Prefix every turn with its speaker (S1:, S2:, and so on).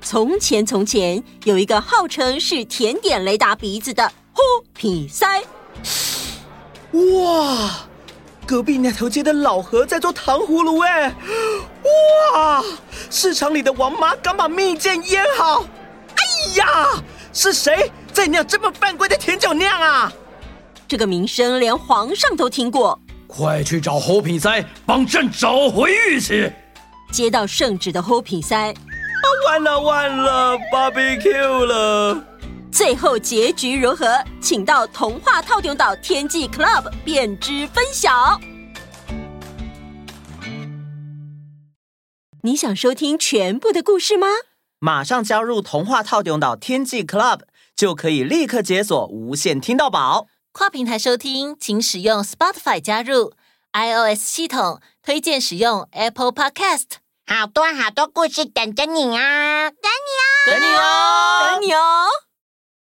S1: 从前，从前有一个号称是甜点雷达鼻子的呼皮塞。
S2: 哇！隔壁那条街的老何在做糖葫芦哎！哇！市场里的王妈刚把蜜饯腌好。哎呀！是谁在酿这么犯规的甜酒酿啊？
S1: 这个名声连皇上都听过。
S3: 快去找侯品塞帮朕找回玉器！
S1: 接到圣旨的侯品塞，
S2: 啊，完了完了，BBQ 了！
S1: 最后结局如何？请到童话套用岛天际 Club 便知分晓。你想收听全部的故事吗？
S4: 马上加入童话套用岛天际 Club，就可以立刻解锁无限听到宝。
S5: 跨平台收听，请使用 Spotify 加入 iOS 系统，推荐使用 Apple Podcast。
S6: 好多好多故事等着你啊！等你哦！
S4: 等你哦！
S1: 哦